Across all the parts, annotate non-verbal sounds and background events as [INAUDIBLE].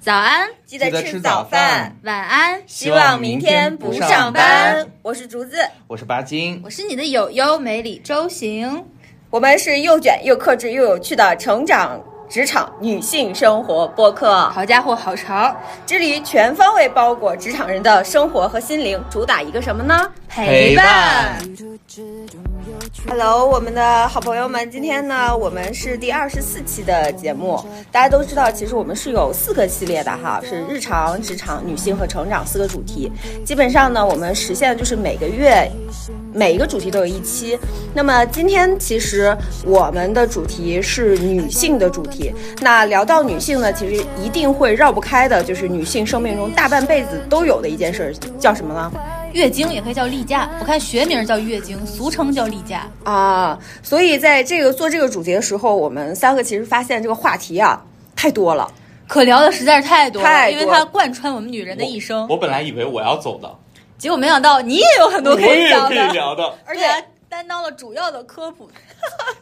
早安，记记得得吃吃早早饭饭。晚安，希望明天不上班。我是竹子，我是巴金，我是你的友友梅里周行。我们是又卷又克制又有趣的成长职场女性生活播客，好家伙，好潮，致力于全方位包裹职场人的生活和心灵，主打一个什么呢陪陪伴伴。 ？Hello，我们的好朋友们，今天呢，我们是第二十四期的节目。大家都知道，其实我们是有四个系列的哈，是日常、职场、女性和成长四个主题。基本上呢，我们实现的就是每个月每一个主题都有一期。那么今天其实我们的主题是女性的主题。那聊到女性呢，其实一定会绕不开的，就是女性生命中大半辈子都有的一件事，叫什么呢？月经也可以叫例假，我看学名叫月经，俗称叫例假。啊，所以在这个做这个主题的时候，我们三个其实发现这个话题啊太多了。可聊的实在是太多了，太多因为它贯穿我们女人的一生。我本来以为我要走的，结果没想到你也有很多我可以也聊可以的，聊的，而且还担当了主要的科 [LAUGHS] 普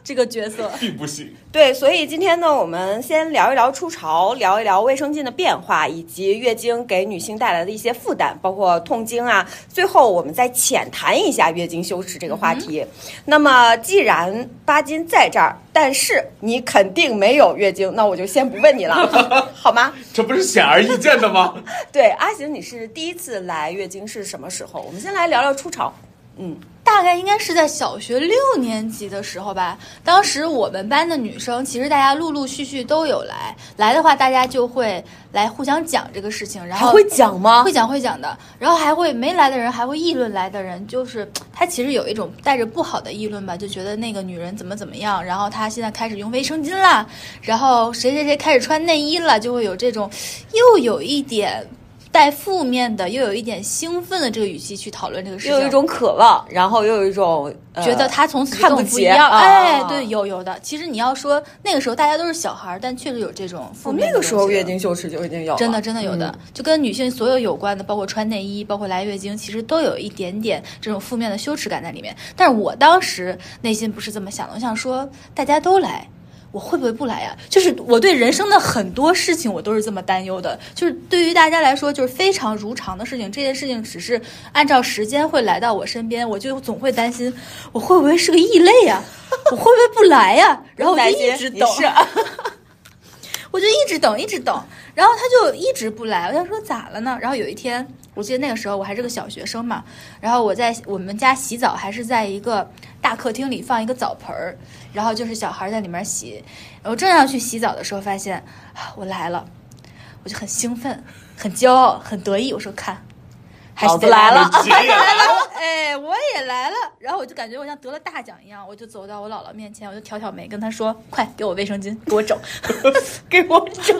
这个角色。并不行。对，所以今天呢，我们先聊一聊初潮，聊一聊卫生巾的变化，以及月经给女性带来的一些负担，包括痛经啊。最后，我们再浅谈一下月经羞耻这个话题。那么，既然巴金在这儿，但是你肯定没有月经，那我就先不问你了， [LAUGHS] 好吗？这不是显而易见的吗？对，阿行，你是第一次来月经是什么时候？我们先来聊聊初潮。嗯，大概应该是在小学六年级的时候吧。当时我们班的女生，其实大家陆陆续续都有来，来的话大家就会来互相讲这个事情，然还后会讲吗会？讲会讲的，然后还会没来的人还会议论来的人，就是他其实有一种带着不好的议论吧，就觉得那个女人怎么怎么样，然后她现在开始用卫生巾啦，然后谁谁谁开始穿内衣了，就会有这种又有一点带负面的，又有一点兴奋的这个语气去讨论这个事情，又有一种渴望，然后又有一种、呃觉得他从此看跟我不不一起样，啊哎，对，有有的。其实你要说那个时候大家都是小孩儿，但确实有这种负我面哦那的个时候东西月经啊嗯羞耻就已经有了，真的真的有的，就跟女性所有有关的，包括穿内衣，包括来月经，其实都有一点点这种负面的羞耻感在里面。但是我当时内心不是这么想的，我想说大家都来。我会不会不来呀、就是我对人生的很多事情，我都是这么担忧的。就是对于大家来说，就是非常如常的事情，这件事情只是按照时间会来到我身边，我就总会担心，我会不会是个异类呀、我会不会不来呀、 [LAUGHS] 然后我就担心一直你等，是啊 [LAUGHS] 我就一直等，一直等，然后他就一直不来。我就说咋了呢？然后有一天，我记得那个时候我还是个小学生嘛，然后我在我们家洗澡，还是在一个大客厅里放一个澡盆儿，然后就是小孩在里面洗。我正要去洗澡的时候，发现啊，我来了，我就很兴奋、很骄傲、很得意。我说看，还是老子得来了姐也来了， [LAUGHS] 哎，我也来了。然后我就感觉我像得了大奖一样，我就走到我姥姥面前，我就挑挑眉，跟她说：“快给我卫生巾，给我整，给我整。”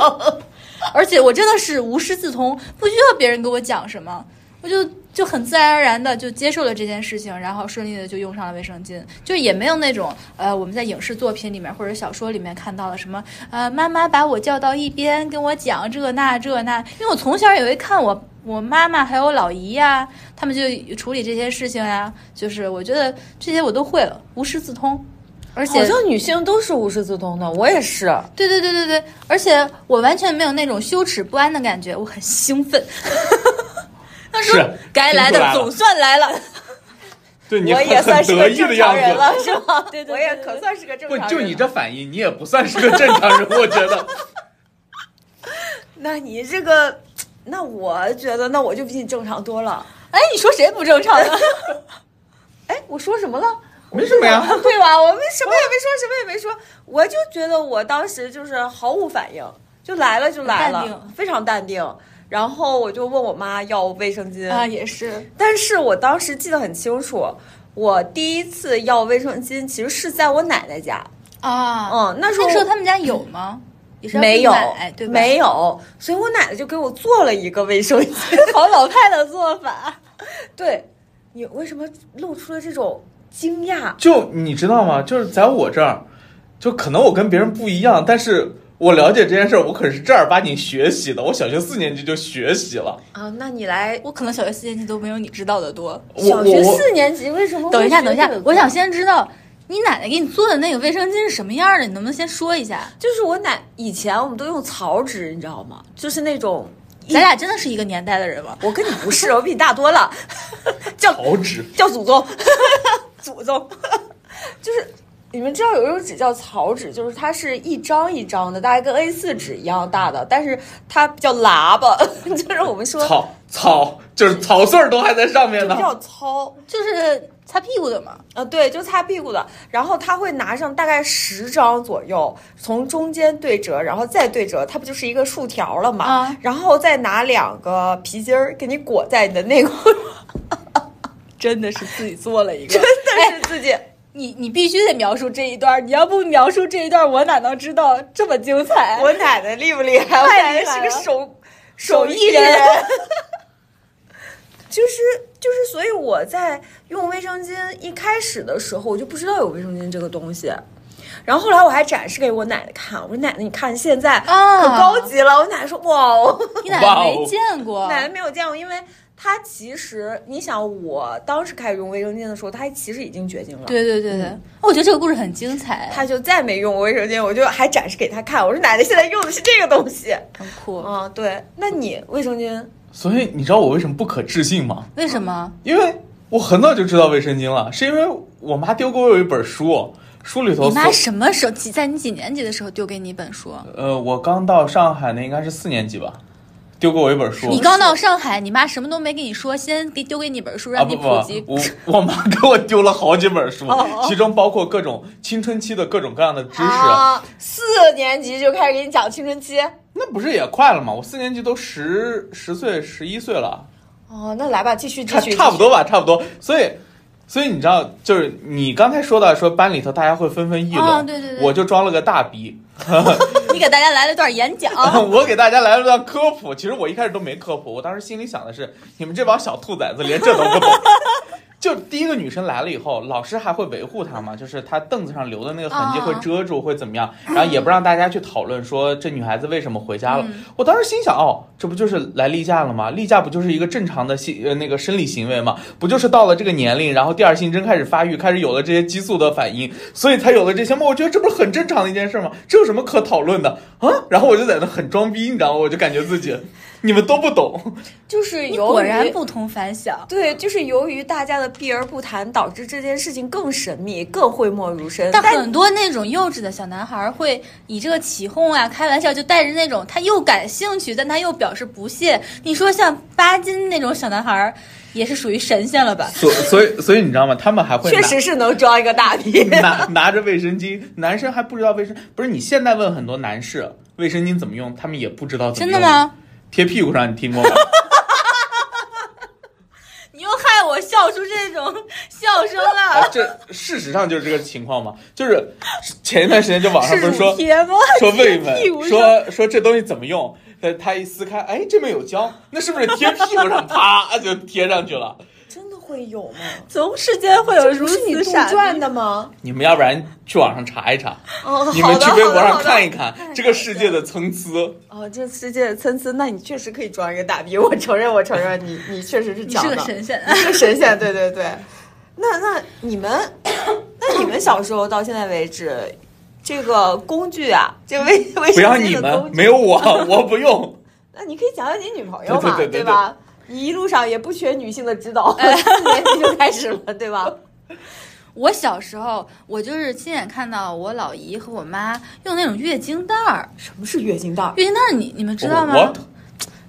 [LAUGHS] 而且我真的是无师自通，不需要别人给我讲什么，我就就很自然而然的就接受了这件事情，然后顺利的就用上了卫生巾，就也没有那种呃我们在影视作品里面或者小说里面看到的什么呃妈妈把我叫到一边跟我讲这那这那，因为我从小也会看我我妈妈还有老姨呀、他们就处理这些事情呀、就是我觉得这些我都会了，无师自通，而且好像女性都是无师自通的，我也是。对对对对对，而且我完全没有那种羞耻不安的感觉，我很兴奋。他说是该来的听出来了总算来了，对你我也很算很是个得意的正样常人子。了，是吗？对对对我也可算是个正不常人。，就你，这反应，你也不算是个正常 [LAUGHS] 人，我觉得。那你这个，那我觉得，那我就比你正常多了。哎，你说谁不正常啊呢？ [LAUGHS] 哎，我说什么了？没什么呀对吧？我们什么也没说，什么也没说，我就觉得我当时就是毫无反应，就来了就来很淡了定，非常淡定。然后我就问我妈要卫生巾啊，也是，但是我当时记得很清楚，我第一次要卫生巾其实是在我奶奶家，啊，嗯那时候那时候他们家有吗？也是要没有去买，哎对吧？没有，所以我奶奶就给我做了一个卫生巾。 [LAUGHS] 好老派的做法。对，你为什么露出了这种惊讶？就你知道吗？就是在我这儿，就可能我跟别人不一样，但是我了解这件事儿，我可是正儿八经学习的。我小学四年级就学习了。啊，那你来我可能小学四年级都没有你知道的多。我小我学我四年级为什么会等一下，觉等得一下这个，我想先知道你你奶奶给你做的那个卫生巾是什么样的？你能不能先说一下？就是我奶以前我们都用草纸，你知道吗？就是那种，咱俩真的是一个年代的人吗？我跟你不是，我比你大多了，叫草纸，叫祖宗， [LAUGHS] 祖宗， [LAUGHS] 就是你们知道有一种纸叫草纸，就是它是一张一张的，大概跟 A 4纸一样大的，但是它叫喇叭， [LAUGHS] 就是我们说草草就是草穗儿都还在上面呢。叫糙，就是擦屁股的嘛。呃，对，就擦屁股的。然后他会拿上大概十张左右，从中间对折，然后再对折，它不就是一个竖条了嘛？啊然后再拿两个皮筋儿给你裹在你的内裤， [LAUGHS] 真的是自己做了一个，但是自己。你你必须得描述这一段，你要不描述这一段，我哪能知道这么精彩？我奶奶厉不厉害？我太奶厉奶害是个了手手艺人， [LAUGHS] 就是就是，所以我在用卫生巾一开始的时候，我就不知道有卫生巾这个东西。然后后来我还展示给我奶奶看，我说奶奶，你看现在啊可高级了。我奶奶说哇哦， [LAUGHS] 你奶奶哇哦没见过，奶奶没有见过，因为她其实你想，我当时开始用卫生巾的时候，她其实已经绝经了。对对对对，我觉得这个故事很精彩，她就再没用过卫生巾，我就还展示给她看，我说奶奶现在用的是这个东西。很酷。嗯，对，那你卫生巾所以你知道我为什么不可置信吗？为什么？因为我很早就知道卫生巾了，是因为我妈丢给我有一本书，书里头你妈所什么时候几在你几年级的时候丢给你一本书？呃，嗯我刚到上海那应该是四年级吧，丢给我一本书。你刚到上海，你妈什么都没跟你说，先给丢给你一本书，啊让不你不普及。，哦我我妈给我丢了好几本书，其中包括各种青春期的各种各样的知识。哦啊，四年级就开始给你讲青春期。那不是也快了吗？我四年级都十十岁、十一岁了，哦，那来吧，继续继差续，差不继续。多吧，差不多。所以，所以你知道，就是你刚才说到说班里头大家会纷纷议论，啊对对对我就装了个大逼，你给大家来了段演讲， [LAUGHS] 我给大家来了段科普。其实我一开始都没科普，我当时心里想的是，你们这帮小兔崽子连这都不懂。就第一个女生来了以后，老师还会维护她嘛，就是她凳子上留的那个痕迹啊会遮住，会怎么样？然后也不让大家去讨论说这女孩子为什么回家了。嗯我当时心想，哦，这不就是来例假了吗？例假不就是一个正常的心呃那个生理行为吗？不就是到了这个年龄，然后第二性征开始发育，开始有了这些激素的反应，所以才有了这些吗？我觉得这不是很正常的一件事吗？这有什么可讨论的啊？然后我就在那很装逼，你知道吗？我就感觉自己你们都不懂。就是你由于果然不同凡响。对，就是由于大家的避而不谈，导致这件事情更神秘，更讳莫如深。但但很多那种幼稚的小男孩会以这个起哄啊、开玩笑，就带着那种他又感兴趣，但他又表示不屑。你说像巴金那种小男孩，也是属于神仙了吧？所所以所以你知道吗？他们还会确拿实是能装一个 [LAUGHS] 大逼。拿拿着卫生巾，男生还不知道卫生，不是你现在问很多男士卫生巾怎么用，他们也不知道怎真么的用。？吗？贴屁股上你听 [LAUGHS] 过吗？你又害我笑出这种笑声了。啊，这事实上就是这个情况嘛，就是前一段时间就网上不是说贴吗？ [LAUGHS] 说问一贴屁股问，上说说这东西怎么用，他他一撕开，哎，这边有胶，那是不是贴屁股上啪 [LAUGHS] 就贴上去了？真的会有吗？总世间会有如不是你此杜傻撰逼的吗？你们要不然去网上查 [LAUGHS] 一查， [LAUGHS] 哦，你们去微博上看一一看这个世界的参 [LAUGHS] 差。哦，这世界的参差，那你确实可以装一个大逼。我承认，我承认，你你确实是你讲是的。个神仙。啊是个 [LAUGHS] 神仙，对对对。那那你们，那你们小时候到现在为止，这个工具啊，这个卫卫不生要巾你的们工，具，没有我，我不用。那你可以讲讲你女朋友嘛，对对对对吧？你一路上也不缺女性的指导，四年级就开始了，对吧？ [LAUGHS] 我小时候，我就是亲眼看到我老姨和我妈用那种月经袋儿，什么是月经带？月经袋儿你你们知道我吗？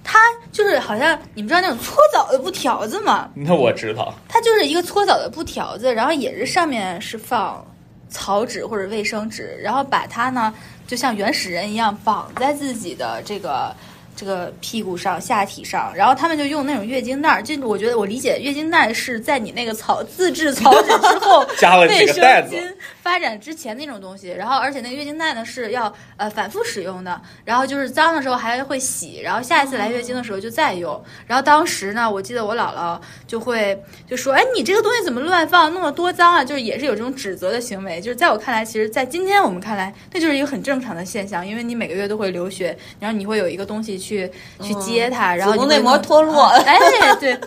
它就是好像你们知道那种搓澡的布条子吗？那我知道，它就是一个搓澡的布条子，然后也是上面是放草纸或者卫生纸，然后把它呢就像原始人一样绑在自己的这个这个屁股上、下体上，然后他们就用那种月经带儿。这我觉得我理解，月经带是在你那个草自制草纸之后加了几卫个生袋子。巾发展之前那种东西，然后而且那个月经带呢是要呃反复使用的，然后就是脏的时候还会洗，然后下一次来月经的时候就再用。然后当时呢，我记得我姥姥就会就说：“哎，你这个东西怎么乱放，弄得多脏啊！”就是也是有这种指责的行为。就是在我看来，其实，在今天我们看来，那就是一个很正常的现象，因为你每个月都会流血，然后你会有一个东西去去接它，然后嗯子宫你会 [LAUGHS] 内膜弄脱落哎，对。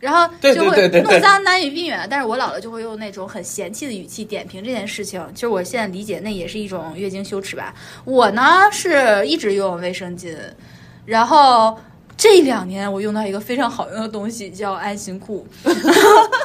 然 [LAUGHS] 后对就对会对对对弄脏难以避免。但是我姥姥就会用那种很嫌弃的语气点评这件事情。其实我现在理解，那也是一种月经羞耻吧。我呢是一直用卫生巾，然后。这两年我用到一个非常好用的东西，叫安心 [LAUGHS] 裤。我觉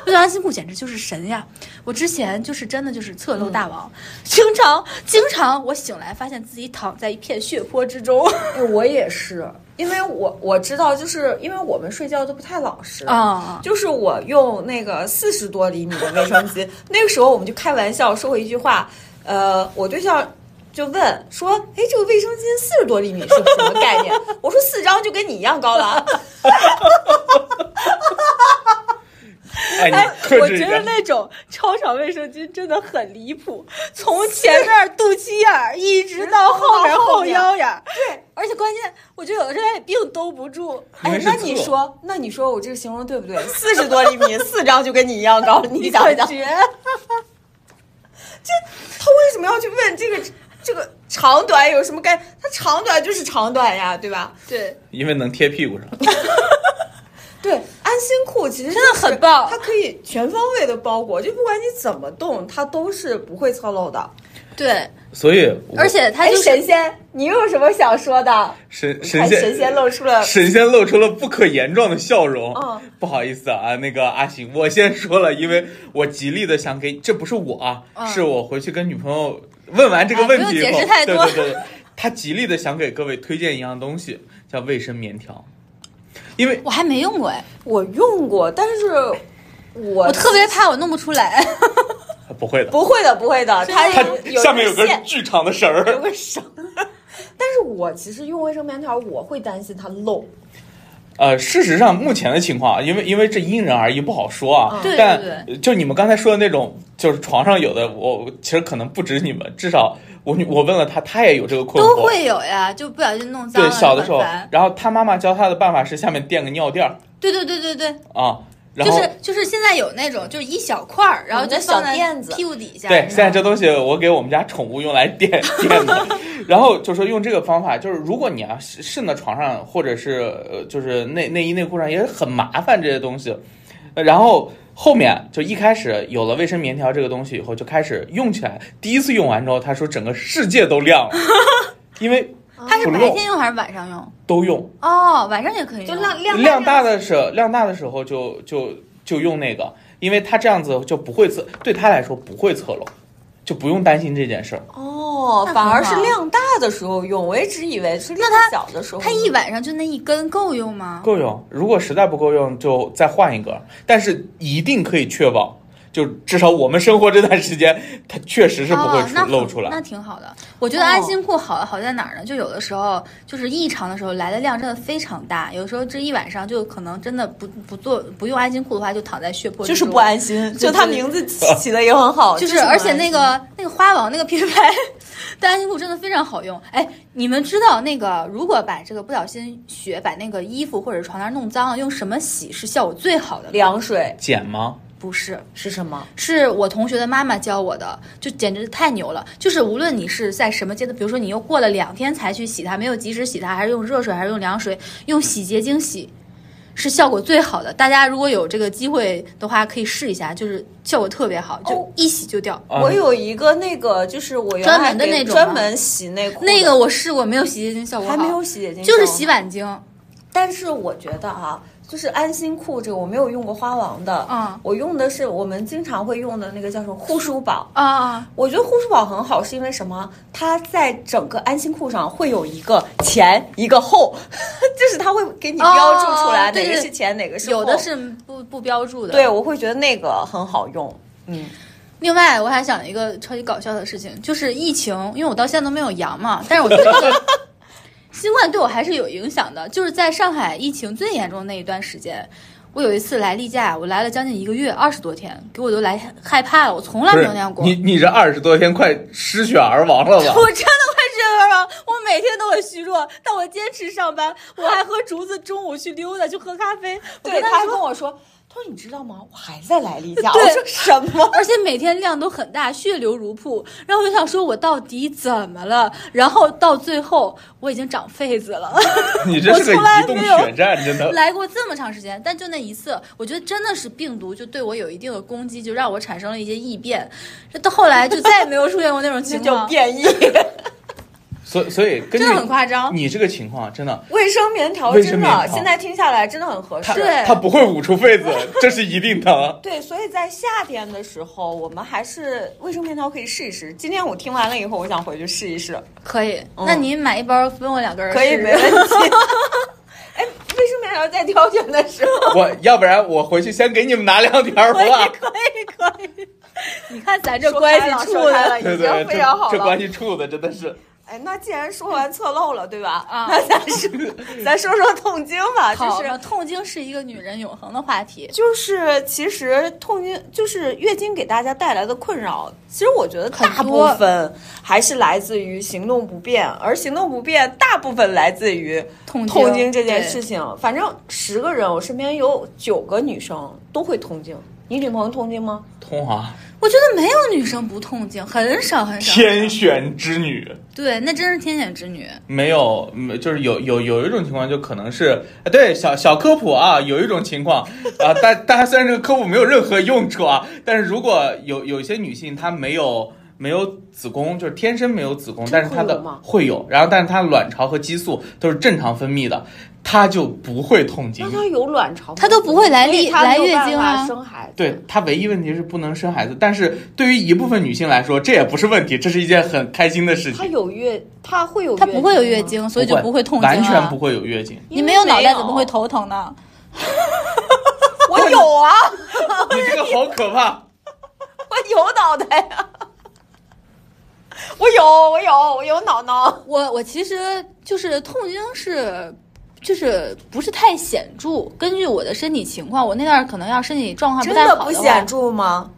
得安心裤简直就是神呀！我之前就是真的就是侧漏嗯大王，经常经常我醒来发现自己躺在一片血泊之 [LAUGHS] 中。哎，我也是，因为我我知道，就是因为我们睡觉都不太老实啊就是我用那个四十多厘米的卫生巾， [LAUGHS] 那个时候我们就开玩笑说过一句话，呃，我对象就问说，哎，这个卫生巾四十多厘米是个什么概念？ [LAUGHS] 我说四张就跟你一样高了。啊哎，你 [LAUGHS] 克我制一觉得点。那种超长卫生巾真的很离谱，从前面肚脐眼儿一直到后面后腰眼儿， [LAUGHS] 对，而且关键，我觉得有的人也并兜不住。 [LAUGHS] 哎因为，是那你侧说，那你说我这个形容对 [LAUGHS] 不对？四十多厘米，四张就跟你一样高，你想一想，觉他为什么要去问这个这个长短有什么概？他长短就是长短呀，对吧？对，因为能贴屁股上，对，安心裤其实真的就是很棒它可以全方位的包裹，就不管你怎么动，它都是不会侧漏的。对，所以我而且它哎，就是神仙，你有什么想说的？神看神仙神仙露出了神仙露出了不可言状的笑容。嗯不好意思啊，那个阿行，我先说了，因为我极力的想给，这不是我啊，嗯是我回去跟女朋友问完这个问哎题不以用后，解释太多对对对对，他极力的想给各位推荐一样东西，叫卫生棉条，因为我还没用过哎，我用过，但是我我特别怕我弄不出来。啊不会的，不会的，不会的，它他有下面有个个线，巨长的绳有儿，个绳。 [LAUGHS] 但是我其实用卫生棉条，我会担心它漏。呃，事实上目前的情况，啊因为因为这因人而异，不好说啊。嗯对但对呃就你们刚才说的那种，就是床上有的，我其实可能不止你们，至少我女我问了她，她也有这个困惑。都会有呀，就不小心弄脏了，对，小的时候很烦，然后她妈妈教她的办法是下面垫个尿垫儿对对对对对，啊，然就后、是就是现在有那种就是一小块儿，然后就那放小在垫子屁股底下。对，你知现道吗在这东西我给我们家宠物用来垫 [LAUGHS] 垫的，然后就说用这个方法，就是如果你要是渗到床上或者是呃就是内内衣内裤上也很麻烦这些东西，呃然后。后面就一开始有了卫生棉条这个东西以后，就开始用起来。第一次用完之后，他说整个世界都亮了，因为它是不白漏天用还是晚上用？都用。哦，晚上也可以就用，量量量大的时候，量大的时候就就就用那个，因为他这样子就不会侧，对他来说不会侧漏，就不用担心这件事儿。哦那，反很而是好量大的时候用，我一直以为是量它小的时候用。它一晚上就那一根够用吗？够用，如果实在不够用就再换一个，但是一定可以确保，就至少我们生活这段时间，它确实是不会哦出、那很露出来那。挺好的。我觉得安心裤好好在哪儿呢？就有的时候就是异常的时候来的量真的非常大，有时候这一晚上就可能真的不不做不用安心裤的话，就躺在血泊之就是中不。安心，就对它对名字起起的也很好，就是，不而且安那心个那个花王那个品牌的安心裤真的非常好用。哎，你们知道那个如果把这个不小心血把那个衣服或者床单弄脏了，用什么洗是效果最好的？凉水剪吗？不是，是什么？是我同学的妈妈教我的，就简直太牛了。就是无论你是在什么阶段，比如说你又过了两天才去洗它，没有及时洗它，还是用热水，还是用凉水，用洗洁精洗，是效果最好的。大家如果有这个机会的话，可以试一下，就是效果特别好，就哦一洗就掉。啊我有一个那个，就是我原专来门的给那种专吗门洗内裤的，那个我试过，没有洗洁精效果好，还没有洗洁啊精，就是洗。碗精。但是我觉得啊，就是安心裤这个我没有用过花王的，嗯我用的是我们经常会用的那个叫什么护舒宝。啊啊！我觉得护舒宝很好，是因为什么？它在整个安心裤上会有一个前一个后， [LAUGHS] 就是它会给你标注出来哦对哪对个是前，哪个是后。有的是不不标注的，对，我会觉得那个很好用。嗯，另外，我还想一个超级搞笑的事情，就是疫情，因为我到现在都没有阳嘛， [LAUGHS] 但是我觉得这个新冠对我还是有影响的。就是在上海疫情最严重的那一段时间，我有一次来例假，我来了将近一个月，二十多天，给我都来害怕了，我从来不没 [LAUGHS] 是有那样过。你，你这二十多天快失血而亡了吧？我真的快这样了，样，我每天都很虚弱，但我坚持上班，我还和竹子中午去溜达，去喝咖啡。我对，跟他他还跟说。我说，他说你知道吗？我还在来例假。对我说什么？而且每天量都很大，血流如瀑。然后我就想说，我到底怎么了？然后到最后，我已经长痱子了。 [LAUGHS] 你这是个我从来移动没有血战，真呃 [LAUGHS] 的。来过这么长时间，但就那一次，我觉得真的是病毒就对我有一定的攻击，就让我产生了一些异变。这到后来就再也没有出现过那种这 [LAUGHS] 情就况，变异。 [LAUGHS] 所以所以根据真的很夸张你这个情况真的，卫生棉条卫真生棉条的，现在听下来真的很合适。对他不会捂出痱子，这是一 [LAUGHS] 定的。对，所以在夏天的时候，我们还是卫生棉条可以试一试。今天我听完了以后，我想回去试一试，可以。那您买一包分我两根儿嗯可以试试没问题。 [LAUGHS] 哎，卫生棉条在挑选的时候，我要不然我回去先给你们拿两条儿好吧？可以可以， [LAUGHS] 你看咱这关系处说开了的，已对经对，这非常好这了。关系处的真的是，哎，那既然说 [LAUGHS] 完侧漏了，对吧？啊 [LAUGHS] 那咱说， [LAUGHS] 咱说说痛经吧，就好，是。痛经是一个女人永恒的话题。就是其实痛经就是月经给大家带来的困扰，其实我觉得大很部多分还是来自于行动不便，而行动不便大部分来自于痛经痛经这件对事情。反正十个人，我身边有九个女生都会痛经。你女朋友痛经吗？通啊，我觉得没有女生不痛经，很少很少。天选之女。对，那真是天选之女。没有，嗯就是有有有一种情况，就可能是啊对小小科普啊，有一种情况啊，大大家虽然这个科普没有任何用处啊，但是如果有有一些女性她没有没有子宫，就是天生没有子宫，但是会她有的吗会有，然后但是她卵巢和激素都是正常分泌的，她就不会痛经那。她有卵巢吗，她都不会来例所以她没有来月办经法啊生孩子。对她唯一问题是不能生孩子，但是对于一部分女性来说，这也不是问题，这是一件很开心的事她情，有月，她会有，她不会有月，经，所以就不会痛经、啊，完全不。会有月经。你没有脑袋怎么会痛？头疼呢？ [LAUGHS] 我有啊，你这个好可怕。我有脑袋呀、我有，我有，我有脑脑。我我其实就是痛经是。就是不是太显著，根据我的身体情况，我那段儿可能要身体状况不太好话著吗？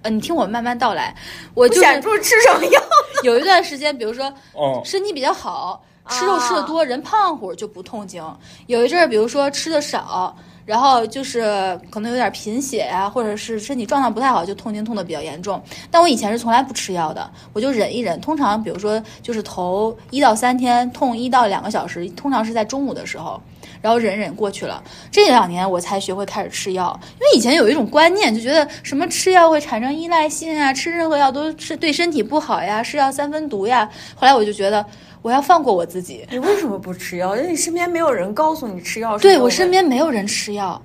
呃，你听我慢慢道来。我不就显是著吃什么药？有一段时间，比如说哦，身体比较好，吃肉吃的多，人胖乎就不痛经。有一阵儿，比如说吃的少，然后就是可能有点贫血啊，或者是身体状况不太好，就痛经痛的比较严重。但我以前是从来不吃药的，我就忍一忍。通常比如说就是头一到三天痛一到两个小时，通常是在中午的时候。然后忍忍过去了，这两年我才学会开始吃药，因为以前有一种观念，就觉得什么吃药会产生依赖性啊，吃任何药都是对身体不好呀，是药三分毒呀。后来我就觉得我要放过我自己，你为什么不吃药？因为你身边没有人告诉你吃药是对没有我身用的，边没有人吃药，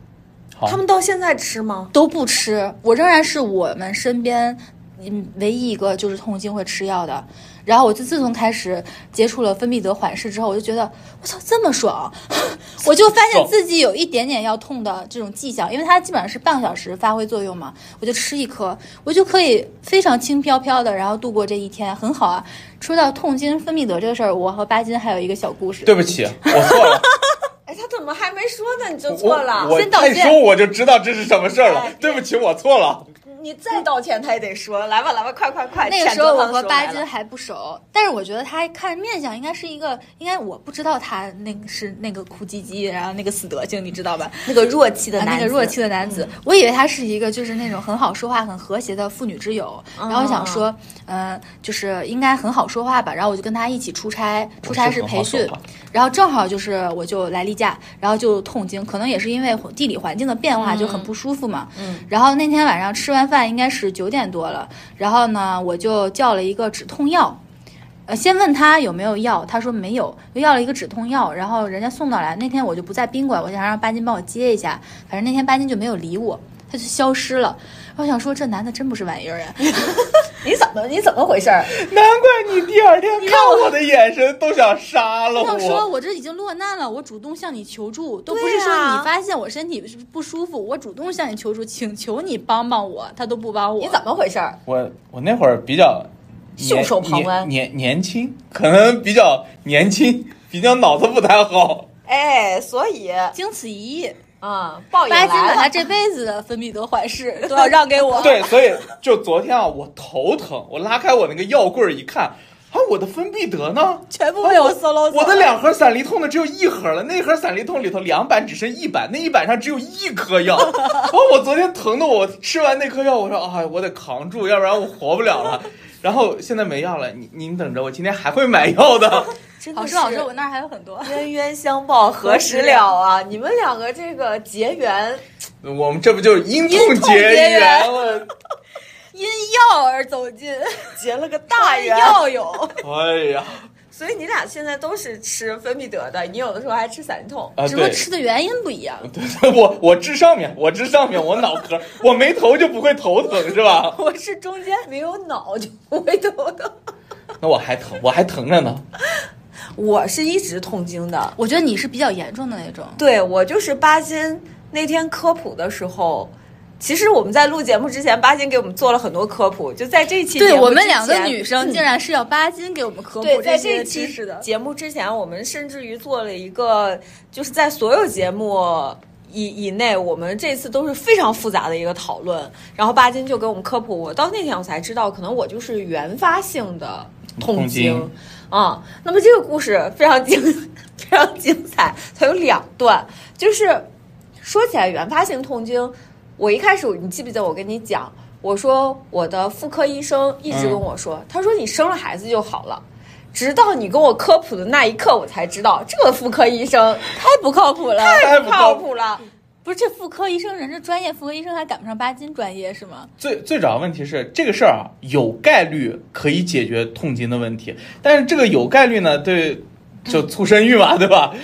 好他们到现在吃吗？都不吃，我仍然是我们身边嗯唯一一个就是痛经会吃药的。然后我就自从开始接触了芬必得缓释之后，我就觉得我操这么爽， [LAUGHS] 我就发现爽自己有一点点要痛的这种迹象，因为它基本上是半个小时发挥作用嘛，我就吃一颗，我就可以非常轻飘飘的，然后度过这一天，很好啊。说到痛经芬必得这个事儿，我和巴金还有一个小故事。对不起，我错了，哎，他怎么还没说呢？你就我错了。我先道再歉说我就知道这是什么事儿哎了。对不起，我错了。你再道歉，他也得说。来吧，来吧，快快快！那个闪时候着我他和说巴来金了还不熟，但是我觉得他看面相应该是一个，应该我不知道他那个是那个哭唧唧，然后那个死德性，你知道吧？那个弱气的啊男、嗯那个弱气。的男子，我以为他是一个就是那种很好说话、很和谐的妇女之哦友，然后想说，呃，就是应该很好说话吧。然后我就跟他一起出差，出差是培训很好说话，然后正好就是我就来例假，然后就痛经，可能也是因为地理环境的变化就很不舒服嘛。嗯。然后那天晚上吃完饭应该是九点多了，然后呢我就叫了一个止痛药。呃，先问他有没有药，他说没有，又要了一个止痛药，然后人家送到来。那天我就不在宾馆，我想让巴金帮我接一下，反正那天巴金就没有理我，他就消失了。我想说这男的真不是玩意儿 [LAUGHS] 啊！你怎么你怎么回事儿？难怪你第二天看我的眼神都想杀了要说我。我这已经落难了，我主动向你求助，都不对是说啊你发现我身体是不舒服，我主动向你求助，请求你帮帮我，他都不帮我。你怎么回事儿？我我那会儿比较年袖手旁观年年年轻，可能比较年轻，比较脑子不太好。哎，所以啊、经此一役，嗯，报应巴来金把他了。这辈子的芬必得缓释哦都要让给我。对，所以就昨天啊，我头疼，我拉开我那个药柜儿一看，啊，我的芬必得呢？全部被我搜 [LAUGHS] 了。我的两盒散离痛的只有一盒了，那盒散离痛里头两板只剩一板，那一板上只有一颗药。然后我昨天疼的我吃完那颗药，我说哎，我得扛住，要不然我活不了了。然后现在没药了，您您等着，我今天还会买药的。真的老是师，老师，我那儿还有很多。冤冤相报何时了啊！ [LAUGHS] 你们两个这个结缘，我们这不就因痛因痛结结缘缘了？ [LAUGHS] 因药而走进结了个 [LAUGHS] 大缘。药友，哎呀，所以你俩现在都是吃芬必得的，你有的时候还吃散痛。 [LAUGHS] 啊只不过对。吃的原因不一样。对，我我治上面，我治上面，我脑壳，我没头就不会头疼是吧？ [LAUGHS] 我是中间没有脑就不会头疼，那我还疼，我还疼着呢。我是一直痛经的。我觉得你是比较严重的那种，对我就是巴金那天科普的时候，其实我们在录节目之前，巴金给我们做了很多科普，就在这期节对目我嗯们之两个前嗯女生竟然是要巴金给我们科对，普在些这知期识的。节目之前，我们甚至于做了一个，就是在所有节目以以内，我们这次都是非常复杂的一个讨论。然后巴金就给我们科普，我到那天我才知道，可能我就是原发性的痛痛经啊、那么这个故事非常精非常精彩，它有两段，就是说起来原发性痛经，我一开始你记不记得我跟你讲，我说我的妇科医生一嗯直跟我说，他说你生了孩子就好了。直到你跟我科普的那一刻，我才知道这个妇科医生太不靠谱了，太不不靠靠谱谱了。不是这妇科医生，人家专业妇科医生还赶不上巴金专业是吗？最最主要问题是这个事儿啊，有概率可以解决痛经的问题，但是这个有概率呢，对，就促生育嘛，对吧？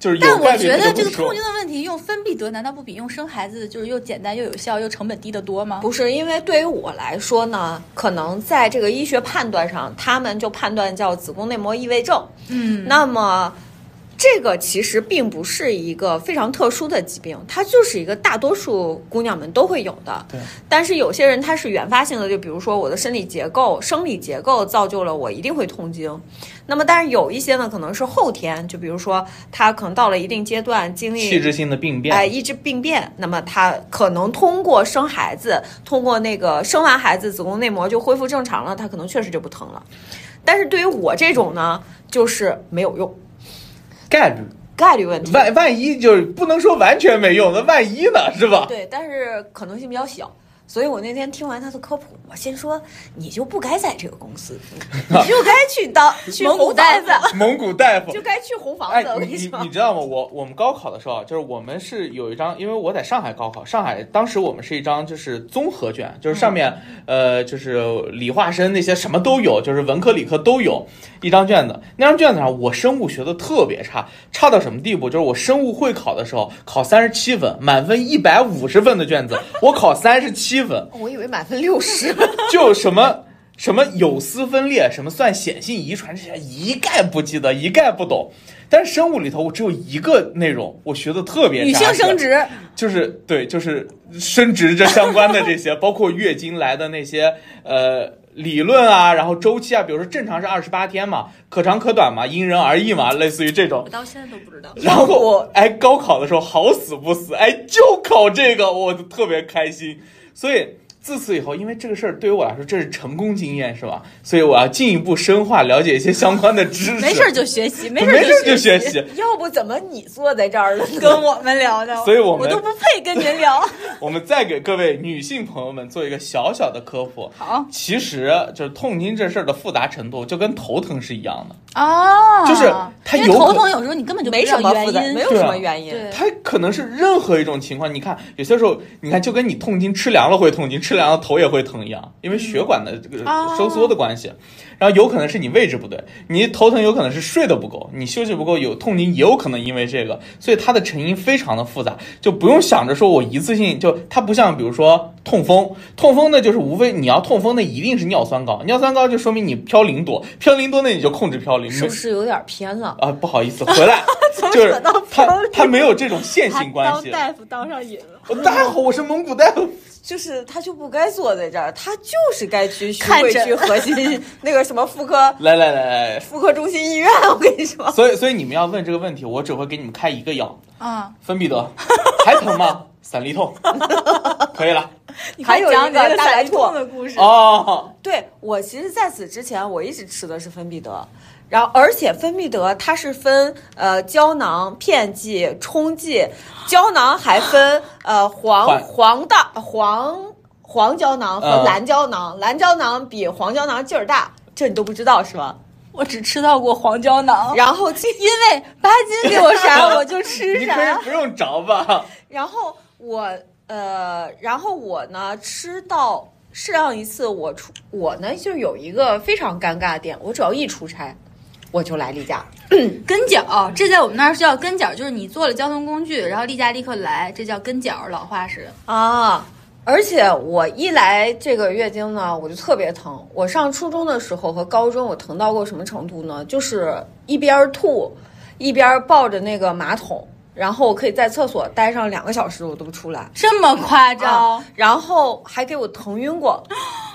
就是有但概我率觉得这就不个说痛经的问题用芬必得难道不比用生孩子就是又简单又有效又成本低得多吗？不是因为对于我来说呢，可能在这个医学判断上，他们就判断叫子宫内膜异位症。嗯，那么这个其实并不是一个非常特殊的疾病，它就是一个大多数姑娘们都会有的。对，但是有些人他是原发性的，就比如说我的生理结构、生理结构造就了我一定会痛经。那么，但是有一些呢，可能是后天，就比如说他可能到了一定阶段，经历器质性的病变，哎，抑制病变，那么他可能通过生孩子，通过那个生完孩子子宫内膜就恢复正常了，他可能确实就不疼了。但是对于我这种呢，就是没有用，概率概率问题。万万一就是不能说完全没用，那万一呢，是吧？对，但是可能性比较小。所以我那天听完他的科普，我心说你就不该在这个公司，你就该去当去蒙古红大房夫子，蒙古大 [LAUGHS] 夫就该去红房哎子。我，跟你你说你，知道吗？我我们高考的时候啊，就是我们是有一张，因为我在上海高考，上海当时我们是一张就是综合卷，就是上面、呃就是理化生那些什么都有，就是文科理科都有一张卷子。那张卷子上我生物学的特别差，差到什么地步？就是我生物会考的时候考三十七分，满分一百五十分的卷子，我考三十七分。我以为满分六十，就什么什么有丝分裂，什么算显性遗传这些一概不记得，一概不懂。但是生物里头，我只有一个内容我学的特别女扎性实生，殖，就是对，就是生殖这相关的这些，包括月经来的那些呃理论啊，然后周期啊，比如说正常是二十八天嘛，可长可短嘛，因人而异嘛，类似于这种我。到现在都不知道。然后哎，高考的时候好死不死，哎，就考这个，我就特别开心。所以自此以后，因为这个事儿对于我来说这是成功经验，是吧？所以我要进一步深化了解一些相关的知识。没事儿就学习，没没事儿事儿就学学习。要不怎么你坐在这儿了呢？跟我们聊的，所以我我们都不配跟您聊。我们再给各位女性朋友们做一个小小的科普。 [LAUGHS] 好其实就是痛经这事儿的复杂程度就跟头疼是一样的，哦，就是它因为有头可疼，有时候你根本就不没知道什么原负担，因没有对啊什么原因。对它可能是任何一种情况。你看，有些时候，你看就跟你痛经吃凉了会痛经，吃凉了头也会疼一样，因为血管的这个啊收缩的关系。然后有可能是你位置不对，你头疼有可能是睡得不够，你休息不够，有痛经也有可能因为这个。所以它的成因非常的复杂，就不用想着说我一次性就它不像比如说痛风，痛风呢就是无非你要痛风那一定是尿酸高，尿酸高就说明你嘌呤多，嘌呤多那你就控制嘌呤，是不是有点偏了？啊，不好意思，回 [LAUGHS] 来就是他他没有这种线性关系。夫当上瘾了，哦大家好，我是蒙古大夫。就是他就不该坐在这儿，他就是该去徐看汇诊区 [LAUGHS] 核心那个什么妇科来来来来，妇科中心医院。我跟你说，所以所以你们要问这个问题，我只会给你们开一个药，啊！ [LAUGHS] 芬必得，还疼吗？散离痛，可以了。你还快有讲一你那个个大三白联兔通的故事。哦，对我其实在此之前，我一直吃的是芬必得，然后而且芬必得它是分呃胶囊、片剂、冲剂，胶囊还分呃黄换黄的黄黄胶囊和嗯蓝胶囊，蓝胶囊比黄胶囊劲儿大，这你都不知道是吧？我只吃到过黄胶囊，然后今因为巴金给我 [LAUGHS] 啥我就吃你可以啥。不用找吧？然后我呃，然后我呢吃到上一次我出我呢就有一个非常尴尬的点，我只要一出差，我就来例假。跟脚，这在我们那儿是叫跟脚，就是你坐了交通工具，然后例假立刻来，这叫跟脚，老话是。啊。而且我一来这个月经呢，我就特别疼。我上初中的时候和高中，我疼到过什么程度呢？就是一边吐，一边抱着那个马桶，然后我可以在厕所待上两个小时，我都不出来。这么夸张？啊，然后还给我疼晕过，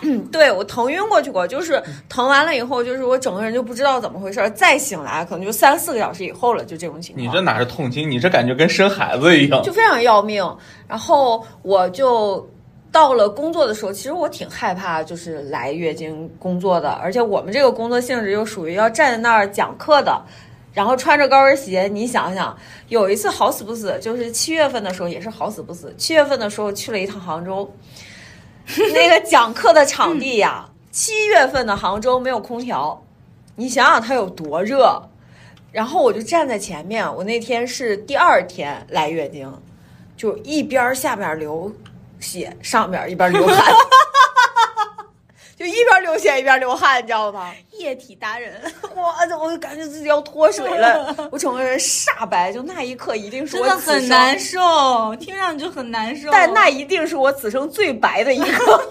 嗯对我疼晕过去过，就是疼完了以后，就是我整个人就不知道怎么回事儿，再醒来可能就三四个小时以后了，就这种情况。你这哪是痛经？你这感觉跟生孩子一样就。非常要命。然后我就到了工作的时候，其实我挺害怕，就是来月经工作的，而且我们这个工作性质又属于要站在那儿讲课的。然后穿着高跟鞋，你想想，有一次好死不死，就是七月份的时候，也是好死不死，七月份的时候去了一趟杭州，那个讲课的场地呀，七月份的杭州没有空调，你想想它有多热。然后我就站在前面，我那天是第二天来月经，就一边儿下面流血，上面一边流汗， [LAUGHS] 就一边流血一边流汗，你知道吗？液体达人，我我就感觉自己要脱水了，我整个人煞白，就那一刻一定是 [LAUGHS] 真我的此很生难受，听上去就很难受。但那一定是我此生最白的一刻，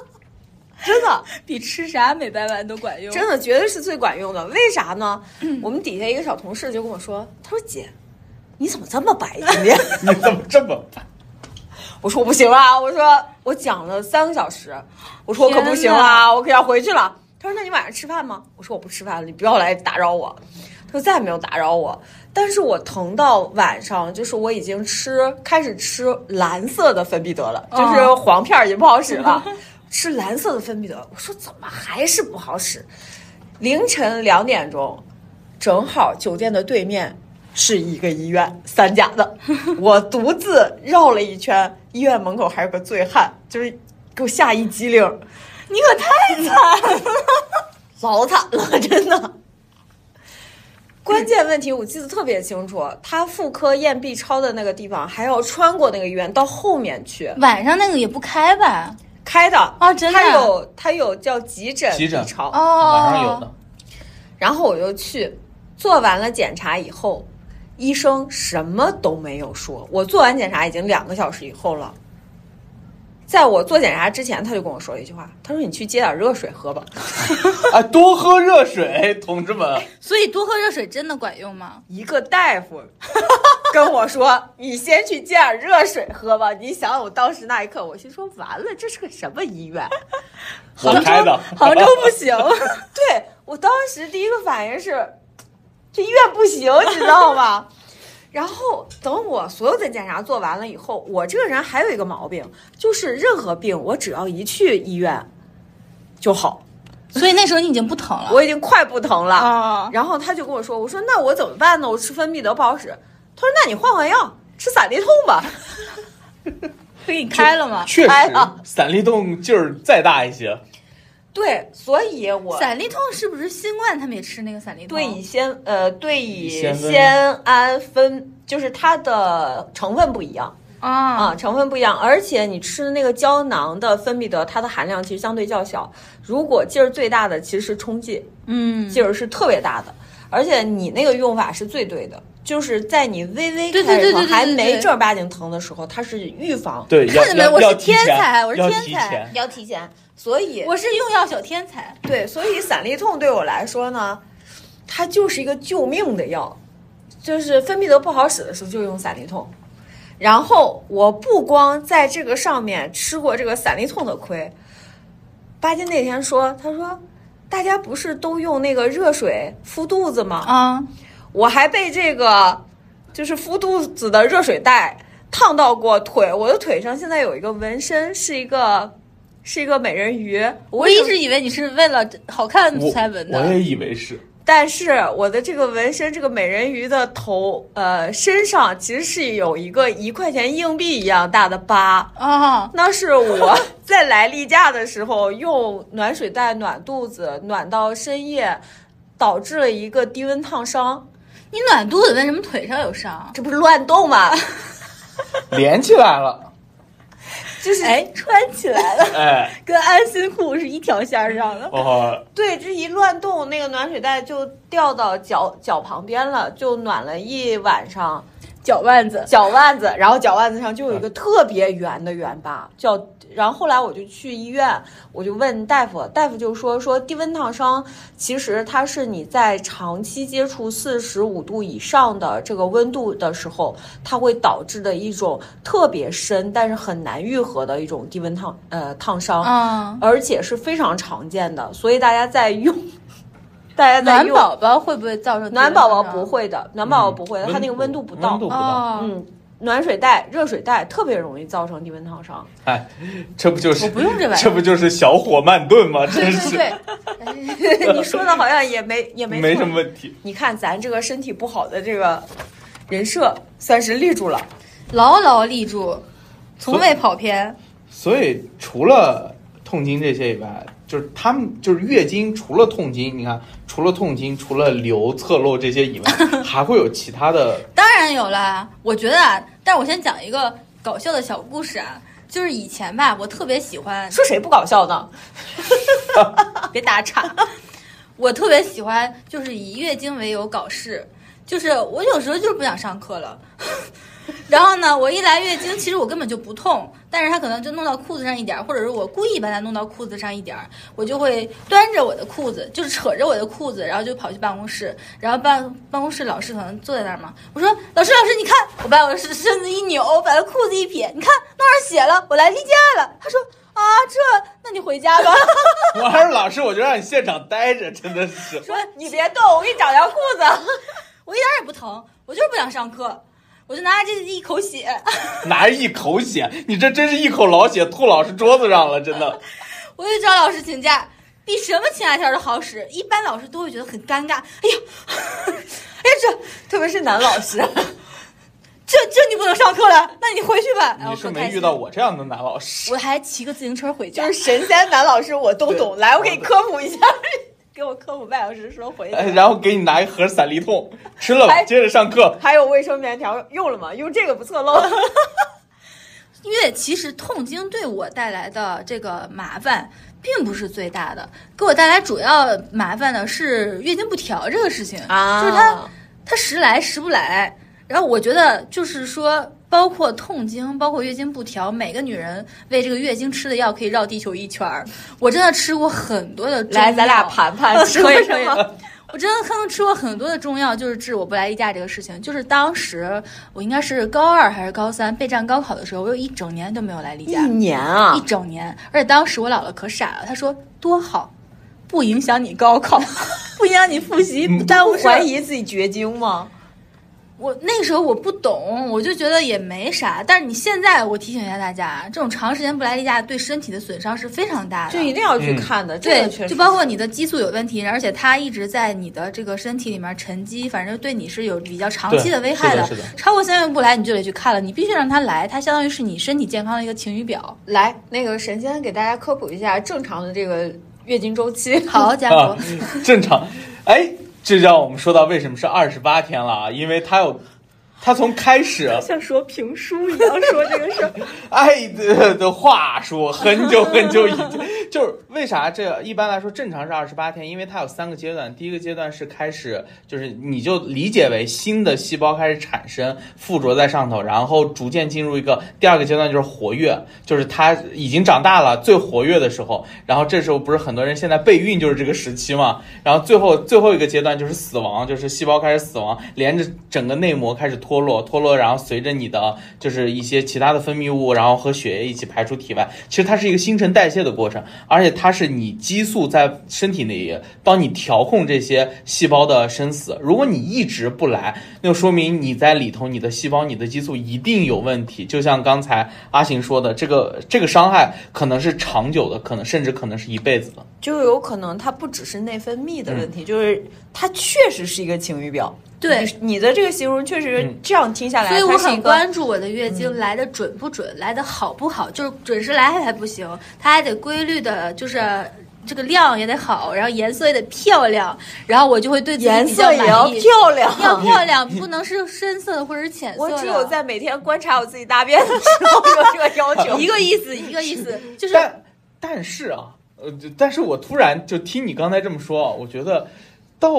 [LAUGHS] 真的。比吃啥美白丸都管用。真的绝对是最管用的。为啥呢？我们底下一个小同事就跟我说，他说姐，你怎么这么白今天？你怎么这么？我说我不行啦，我说我讲了三个小时，我说我可不行天啦，哪我可要回去了。他说那你晚上吃饭吗？我说我不吃饭了，你不要来打扰我。他说再也没有打扰我，但是我疼到晚上，就是我已经吃开始吃蓝色的芬必得了，就是哦黄片儿已经不好使 [LAUGHS] 了，吃蓝色的芬必得。我说怎么还是不好使？凌晨两点钟，正好酒店的对面是一个医院，三甲 [LAUGHS] 的。我独自绕了一圈，医院门口还有个醉汉，就是给我吓一激灵，你可太惨了。老惨了，真的。关键问题我记得特别清楚，他妇科验 B 超的那个地方还要穿过那个医院到后面去晚上那个也不开吧？开的哦真的他有他有叫急诊急诊 B 超哦，晚上有的。然后我就去做完了检查以后，医生什么都没有说。我做完检查已经两个小时以后了，在我做检查之前，他就跟我说了一句话，他说：“你去接点热水喝吧。哎，多喝热水，同志们。所以多喝热水真的管用吗”？一个大 [LAUGHS] 夫跟我说：“你先去接点热水喝吧。”你想想，我当时那一刻，我心说：“完了，这是个什么医 [LAUGHS] 院？”我开的，杭州不行， [LAUGHS] 对我当时第一个反应是，这医院不行，你知道吗？ [LAUGHS] 然后等我所有的检查做完了以后，我这个人还有一个毛病，就是任何病我只要一去医院就好，所以那时候你已经不疼啊了。我已经快不疼了。啊，然后他就跟我说：“我说那我怎么办呢？我吃芬必得不好使。”他说：“那你换换药，吃散利痛 [LAUGHS] 吧。给你开了吗？确实哎呀，散利痛劲儿再大一些。”对，所以我散利痛是不是新冠他们也吃那个散利痛？对乙酰呃对乙乙酰酚酰胺酚就是它的成分不一样。啊啊，成分不一样，而且你吃那个胶囊的芬必得，它的含量其实相对较小。如果劲儿最大的其实是冲剂，嗯，劲儿是特别大的，而且你那个用法是最对的，就是在你微微对对开始对疼对对还对没对正儿八经疼的时候，它是预防， [LAUGHS] 对，要看见没要我是要提天前才我是要天提才前要提前。所以我是用药小天才。对，所以散利痛对我来说呢，它就是一个救命的药，就是芬必得不好使的时候就用散利痛。然后我不光在这个上面吃过这个散利痛的亏，巴金那天说，他说大家不是都用那个热水敷肚子吗？啊，我还被这个就是敷肚子的热水袋烫到过腿，我的腿上现在有一个纹身，是一个是一个美人鱼。我一直以为你是为了好看我才纹我的，也以为是，但是我的这个纹身，这个美人鱼的头，呃，身上其实是有一个一块钱硬币一样大的 [LAUGHS] 疤。啊，那是我在来例假的时候用暖水袋暖肚子，暖到深夜，导致了一个低温烫伤。你暖肚子为什么腿上有伤？这不是乱动 [LAUGHS] 吗？连起来了，就是哎，穿起来了，哎，跟安心裤是一条线上的。 [LAUGHS] 哦， [LAUGHS] 对，这一乱动，那个暖水袋就掉到脚脚旁边了，就暖了一晚上。脚腕子，脚腕子，然后脚腕子上就有一个特别圆的圆疤，叫。然后后来我就去医院，我就问大夫，大夫就说说低温烫伤其实它是你在长期接触四十五度以上的这个温度的时候，它会导致的一种特别深但是很难愈合的一种低温烫呃烫伤，嗯，而且是非常常见的，所以大家在用，大家在暖用宝宝会不会造成暖宝宝烫不伤？会的，暖宝宝哦不会的，嗯它那个温度不到，温度不到，哦，嗯，暖水袋、热水袋特别容易造成低温烫 [LAUGHS] 伤。哎，这不就是我不用这玩意儿不就是小火慢炖吗？真对是对对，你说的好像也没也没错没什么。问题。你看咱这个身体不好的这个人设，算是立住了。牢牢立住，从所以未跑偏。所以除了痛经这些以外，就是他们就是月经，除了痛经，你看，除了痛经，除了流、侧漏这些以 [LAUGHS] 外，还会有其他的当然有啦，我觉得啊，但是我先讲一个搞笑的小故事啊，就是以前吧，我特别喜欢，说谁不搞笑 [LAUGHS] 呢？别打岔，我特别喜欢就是以月经为由搞事，就是我有时候就是不想上课了。 [LAUGHS] 然后呢，我一来月经，其实我根本就不痛，但是它可能就弄到裤子上一点儿，或者是我故意把它弄到裤子上一点儿，我就会端着我的裤子，就是扯着我的裤子，然后就跑去办公室，然后办办公室老师可能坐在那儿嘛，我说老师老师你看，我把我的身子一扭，把他裤子一撇，你看弄上血了，我来例假了。他说啊这，那你回家吧。我要是老师，我就让你现场待着，真的是。说你别动，我给你找条裤子。我一点儿也不疼，我就是不想上课，我就拿着这一口血， [LAUGHS] [LAUGHS] 拿着一口血，你这真是一口老血吐老师桌子上了，真的。我就找老师请假，比什么请假条都好使。一般老师都会觉得很尴尬，哎呀，哎呀这特别是男老 [LAUGHS] 师，这这你不能上课了，那你回去吧。哎你我是可没开心遇到我这样的男老师，我还骑个自行车回就家是。神仙男老师，我都懂。对来，我给你科普一下， [LAUGHS] 给我科普半小时，说回去。哎，然后给你拿一盒散利痛，吃了吧，哎接着上课。还有卫生棉条用了吗？用这个不侧漏。因为其实痛经对我带来的这个麻烦并不是最大的，给我带来主要麻烦的是月经不调这个事情啊就是它它时来时不来。然后我觉得就是说，包括痛经，包括月经不调，每个女人为这个月经吃的药可以绕地球一圈儿。我真的吃过很多的中药，来，咱俩盘盘 [LAUGHS] 吃可以为可什以么？ [LAUGHS] 我真的看到吃过很多的中药，就是治我不来例假这个事情。就是当时我应该是高二还是高三备战高考的时候，我有一整年都没有来例一假，年啊一整年。而且当时我姥姥可傻了，她说多好，不影响你高考，不影响你复习，不耽误事儿怀。疑自己绝经吗？我那个时候我不懂，我就觉得也没啥。但是你现在，我提醒一下大家，啊这种长时间不来例假对身体的损伤是非常大的，就一定要嗯去看的，这对个确，实就包括你的激素有问题，而且它一直在你的这个身体里面沉积，反正对你是有比较长期对危害是的是的超过三月不来，你就得去看了，你必须让它来，它相当于是你身体健康的一个晴雨表。来那个神仙给大家科普一下正常的这个月经周期。 [LAUGHS] 好，家啊伙，，正常。哎，这让我们说到为什么是二十八天了啊？因为他有，他从开始，像说评书一样说这个事儿，哎的的话说很久很久以前，就是为啥这一般来说正常是二十八天，因为它有三个阶段，第一个阶段是开始，就是你就理解为新的细胞开始产生附着在上头，然后逐渐进入一个第二个阶段就是活跃，就是它已经长大了最活跃的时候，然后这时候不是很多人现在备孕就是这个时期嘛，然后最后最后一个阶段就是死亡，就是细胞开始死亡，连着整个内膜开始脱落，脱落然后随着你的就是一些其他的分泌物，然后和血液一起排出体外。其实它是一个新陈代谢的过程，而且它是你激素在身体里帮你调控这些细胞的生死。如果你一直不来，那就说明你在里头，你的细胞、你的激素一定有问题。就像刚才阿行说的，这个这个伤害可能是长久的，可能甚至可能是一辈子的。 [LAUGHS] 就有可能它不只是内分泌的问题，就是它确实是一个晴雨表。对你，你的这个形容确嗯实这样听下来，所以我它是一很个嗯关注我的月经来的准不准，来的好不好，就是准时来还不行，它还得规律的，就是这个量也得好，然后颜色也得漂亮，然后我就会对自己颜比较色也要满意。漂亮。要漂亮，不能是深色的或者是浅色我的。只有在每天观察我自己大便的时候有这个要求。一个意思，一个意思，就是但但是啊，呃，就但是我突然就听你刚才这么说啊，我觉得到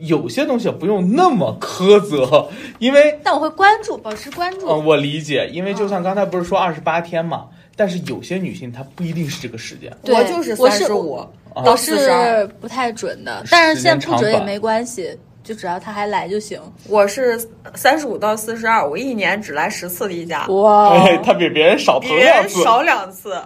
有些东西不用那么苛责， [LAUGHS] 因为但我会关注，保持关注。嗯，我理解，因为就像刚才不是说二十八天嘛，但是有些女性她不一定是这个时间。对我就是我三是十五啊我到四十二，是不太准的，但是时间现在不准长也短没关系，就只要他还来就行。我是三十五到四十二，我一年只来十次例假， [LAUGHS] 哇哎，她比别人少哦比疼别两人次。少两次。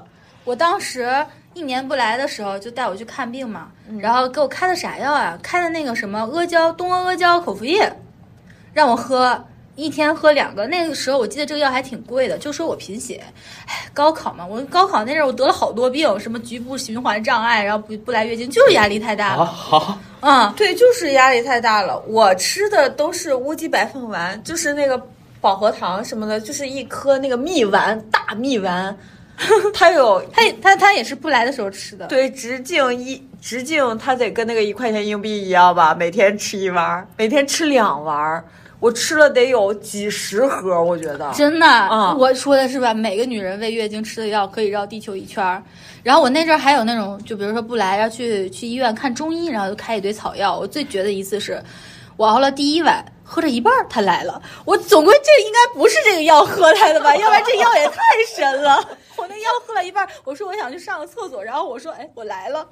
我当时一年不来的时候，就带我去看病嘛，然后给我开的啥药啊？开的那个什么阿胶东阿阿胶口服液，让我喝。一天喝两个，那个时候我记得这个药还挺贵的，就说我贫血，哎，高考嘛，我高考那阵儿我得了好多病，什么局部循环障碍，然后不不来月经，就是压力太大啊，了，好，嗯，对，就是压力太大了。我吃的都是乌鸡白凤丸，就是那个饱和糖什么的，就是一颗那个蜜丸，大蜜丸，它有他他他也是不来的时候吃的，对直径一直径，它得跟那个一块钱硬币一样吧，每天吃一丸儿，每天吃两丸儿，我吃了得有几十盒，我觉得。真的，嗯我说的是吧？每个女人为月经吃的药可以绕地球一圈儿。然后我那阵儿还有那种，就比如说不来，要去去医院看中医，然后就开一堆草药。我最绝的一次是，我熬了第一晚，喝着一半儿它来了。我总归这应该不是这个药喝来的吧？要不然这药也太神了。我那药喝了一半儿，我说我想去上个厕所，然后我说哎我来了，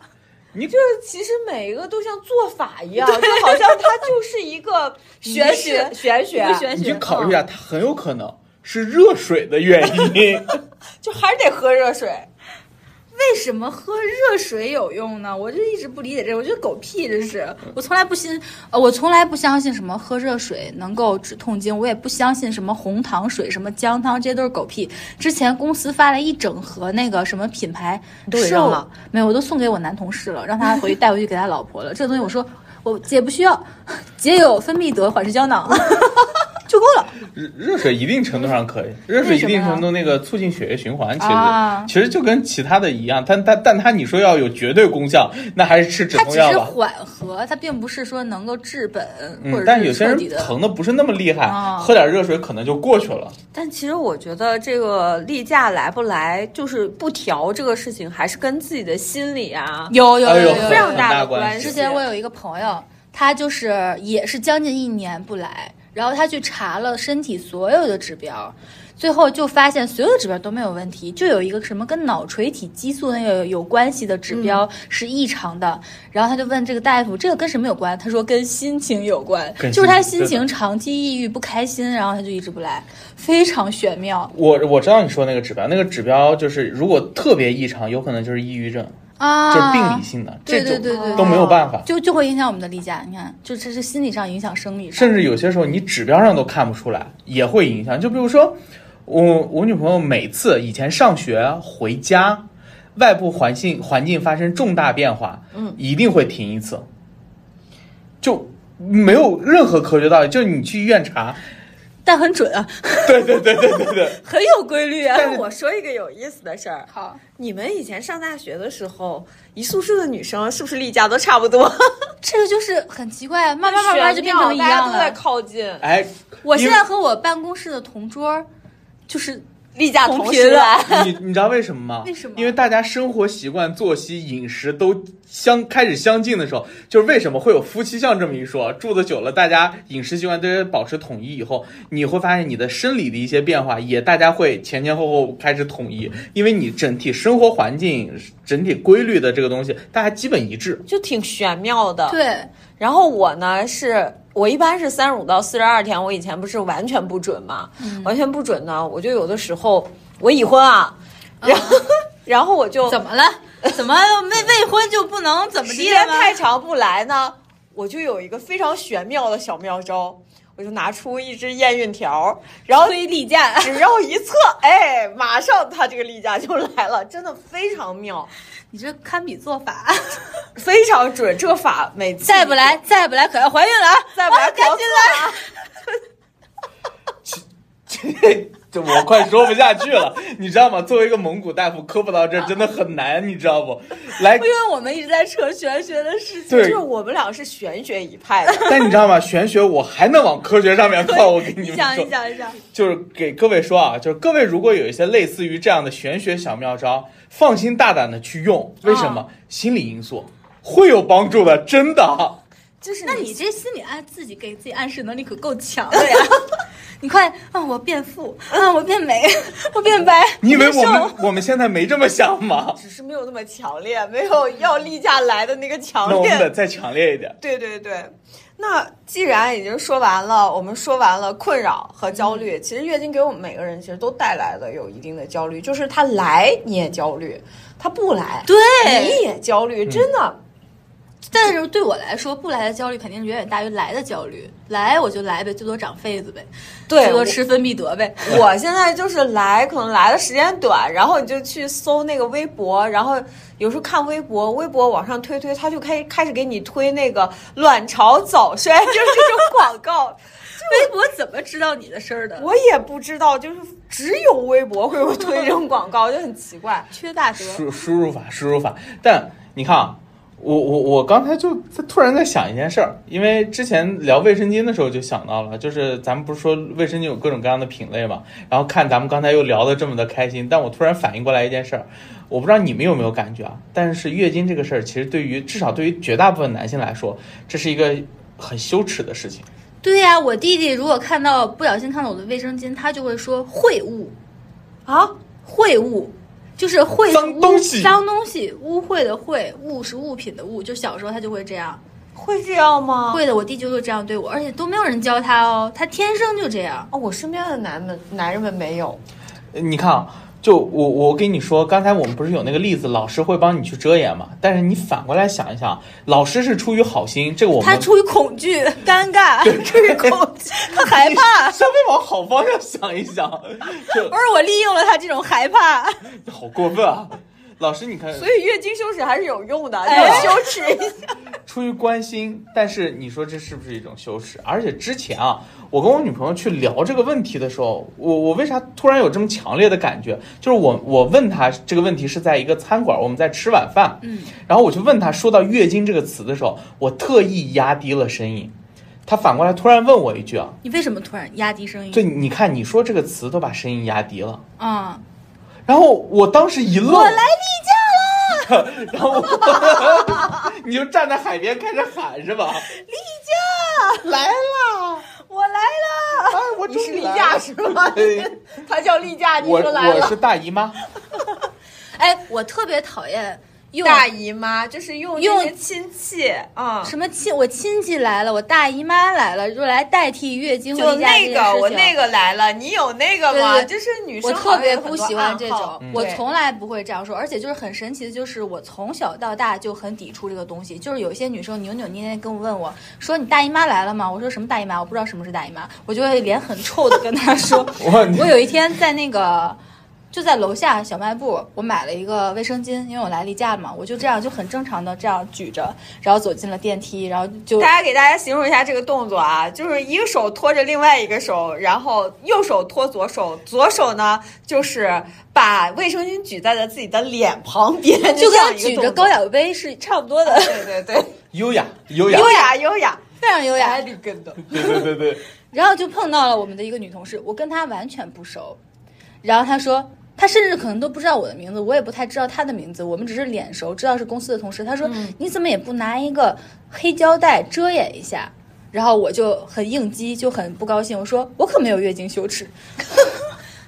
你这就是其实每一个都像做法一样，就好像它就是一 [LAUGHS] 个玄玄学学玄啊学，不玄你学去。考虑嗯一下，它很有可能是热水的原因。就还是得喝热水。为什么喝热水有用呢？我就一直不理解这个，我觉得狗屁这是。我从来不信，呃，我从来不相信什么喝热水能够止痛经，我也不相信什么红糖水、什么姜汤，这些都是狗屁。之前公司发了一整盒那个什么品牌都给瘦扔了，没有，我都送给我男同事了，让他回去带回去给他老婆了。这东西我说我姐不需要，姐有分泌德缓释胶囊 [LAUGHS] 就够了。热热水一定程度上可以，热水一定程度那个促进血液循环，其实、啊其实就跟其他的一样，但但但它你说要有绝对功效，那还是吃止它痛只药是吧。缓和，它并不是说能够治本或者嗯是，但有些彻底人的。疼的不是那么厉害，啊喝点热水可能就过去了。但其实我觉得这个例假来不来，就是不调这个事情，还是跟自己的心理啊，有有哎有呦有有非常很大大的关关系之前我有一个朋友，他就是也是将近一年不来，然后他去查了身体所有的指标，最后就发现所有的指标都没有问题，就有一个什么跟脑垂体激素那个有关系的指标是异常的。然后他就问这个大夫，这个跟什么有关？他说跟心情有关，跟就是他心心情情长期抑郁不开心，然后他就一直不来，非常玄妙我我知道你说那个指标，那个指标就是如果特别异常，有可能就是抑郁症，啊，就是病理性的，对对这对对种都没有办法。就就会影响我们的例假，你看，就这是心理上影响生理上，甚至有些时候你指标上都看不出来，也会影响。就比如说，我我女朋友每次以前上学回家，外部环境环境发生重大变化，嗯，一定会停一次，就没有任何科学道理。就你去医院查，但很准啊， [LAUGHS] 对对对对对对，很有规律啊。但我说一个有意思的事儿，好，你们以前上大学的时候，一宿舍的女生是不是例假都差不多？ [LAUGHS] 这个就是很奇怪，慢慢慢慢就变成一大家样都在了。靠近 [LAUGHS] 哎，我现因为在和我办公室的同桌，就是例假同同频时来， [LAUGHS] 你你知道为什么吗？ [LAUGHS] 为什么因为大家生活习惯、作息、饮食都相开始相近的时候，就是为什么会有夫妻相这么一说。住的久了，大家饮食习惯都保持统一以后，你会发现你的生理的一些变化也大家会前前后后开始统一，因为你整体生活环境、整体规律的这个东西，大家基本一致。 [LAUGHS] 就挺玄妙的。对，然后我呢是。我一般是三十五到四十二天，我以前不是完全不准嘛，完全不准呢，我就有的时候我已婚啊，然后、 [LAUGHS] 然后我就怎么了？怎么未未婚就不能怎么时地间了吗？太长不来呢，我就有一个非常玄妙的小妙招，我就拿出一支验孕条，然后推例假，只要一 [LAUGHS] 测，哎，马上它这个例假就来了，真的非常妙，你这堪比做 [LAUGHS] 法。非常准。这个法每次再不来，再不来可要怀孕了啊！再不来，赶紧来！来！这我快说不下去了，你知道吗？作为一个蒙古大夫，科普到这儿真的很难，你知道不？来因，为我们一直在扯玄学的事情，就对是，我们俩是玄学一 [LAUGHS] 派的。但你知道吗？玄学我还能往科学上面靠，我跟你你们想说一，想一想，就是给各位说啊，就是各位如果有一些类似于这样的玄学小妙招，放心大胆的去用，啊为什么？心理因素会有帮助的，真的。就是那你这心理暗自己给自己暗示能力可够强的呀！ [LAUGHS] 你快啊，我变富啊，我变美， [LAUGHS] 我变白， [LAUGHS] 你以为变瘦我们我们现在没这么想吗？只是没有那么强烈，没有要例假来的那个强那我们得烈。再强烈一点。对对对，那既然已经说完了，我们说完了困扰和焦虑，其实月经给我们每个人其实都带来了有一定的焦虑，就是它来你也焦虑，它不来对，你也焦虑，真的。但是对我来说，不来的焦虑肯定是远远大于来的焦虑。来我就来呗，最多长痱子呗，对最多我吃芬必得呗。我现在就是来，可能来的时间短，然后你就去搜那个微博，然后有时候看微博，微博往上推推，他就开开始给你推那个卵巢早衰，就是这种广告。微博怎么知道你的事儿的？我也不知道，就是只有微博会有推这种广告，就很奇怪。缺大 [LAUGHS] 德，输输入法，输入法。但你看啊，我我我刚才就在突然在想一件事儿，因为之前聊卫生巾的时候就想到了，就是咱们不是说卫生巾有各种各样的品类嘛，然后看咱们刚才又聊得这么的开心，但我突然反应过来一件事儿，我不知道你们有没有感觉啊，但是月经这个事儿，其实对于至少对于绝大部分男性来说，这是一个很羞耻的事情。对呀、我弟弟如果看到不小心看到我的卫生巾，他就会说秽物，啊，秽物就是秽脏污东西脏东西，污秽的秽，物是物品的物。就小时候他就会这样，会这样吗？会的，我弟就会这样对我，而且都没有人教他哦，他天生就这样。哦，我身边的男们男人们没有。呃你看啊，就我我跟你说，刚才我们不是有那个例子，老师会帮你去遮掩嘛？但是你反过来想一想，老师是出于好心，这个我们他出于恐 [LAUGHS] 惧、尴尬，出于恐惧， [LAUGHS] 他害怕，稍微往好方向想一想，而我利用了他这种害怕。就好过分啊！老师，你看，所以月经羞耻还是有用的，哎要羞耻一下。出于关心，但是你说这是不是一种羞耻？而且之前啊，我跟我女朋友去聊这个问题的时候，我我为啥突然有这么强烈的感觉？就是我我问她这个问题是在一个餐馆，我们在吃晚饭，嗯，然后我就问她说到月经这个词的时候，我特意压低了声音，她反过来突然问我一句啊，你为什么突然压低声音？对，你看你说这个词都把声音压低了。啊、然后我当时一愣，我来例假了。 [LAUGHS] 然后我 [LAUGHS] 你就站在海边开始喊是吧？例假来了， [LAUGHS] 我来 [LAUGHS] 了，哎，我你终是于例来假了 [LAUGHS] 是吗？对他叫例假，你我说来我了是。大姨妈，。哎，我特别讨厌用大姨妈就是用用嗯这些亲戚啊，什么亲，我亲戚来了，我大姨妈来了，就来代替月经和就例假这那件个事我情那个来了，你有那个吗？对对就是女生我好特像有别很不多喜暗欢号这种，我对从来不会这样说，而且就是很神奇的，就是我从小到大就很抵触这个东西。就是有一些女生扭扭捏捏跟我问我说：“你大姨妈来了吗？”我说：“什么大姨妈？我不知道什么是大姨妈。”我就会脸很臭的跟 [LAUGHS] 她说我我有一天在那个就在楼下小卖部，我买了一个卫生巾，因为我来例假了嘛，我就这样就很正常的这样举着，然后走进了电梯，然后就大家给大家形容一下这个动作啊，就是一个手托着另外一个手，然后右手托左手，左手呢就是把卫生巾举在了自己的脸旁边， [LAUGHS] 就这样跟一个举动着作高。脚杯是差不 [LAUGHS] 多的，对对对，优雅优雅，优雅优雅，非常优雅。里跟的。对对对对，然后就碰到了我们的一个女同事，我跟她完全不熟，然后她说。她甚至可能都不知道我的名字，我也不太知道她的名字，我们只是脸熟，知道是公司的同事。她说：“你怎么也不拿一个黑胶带遮掩一下？”然后我就很应激，就很不高兴。我说：“我可没有月经羞耻。”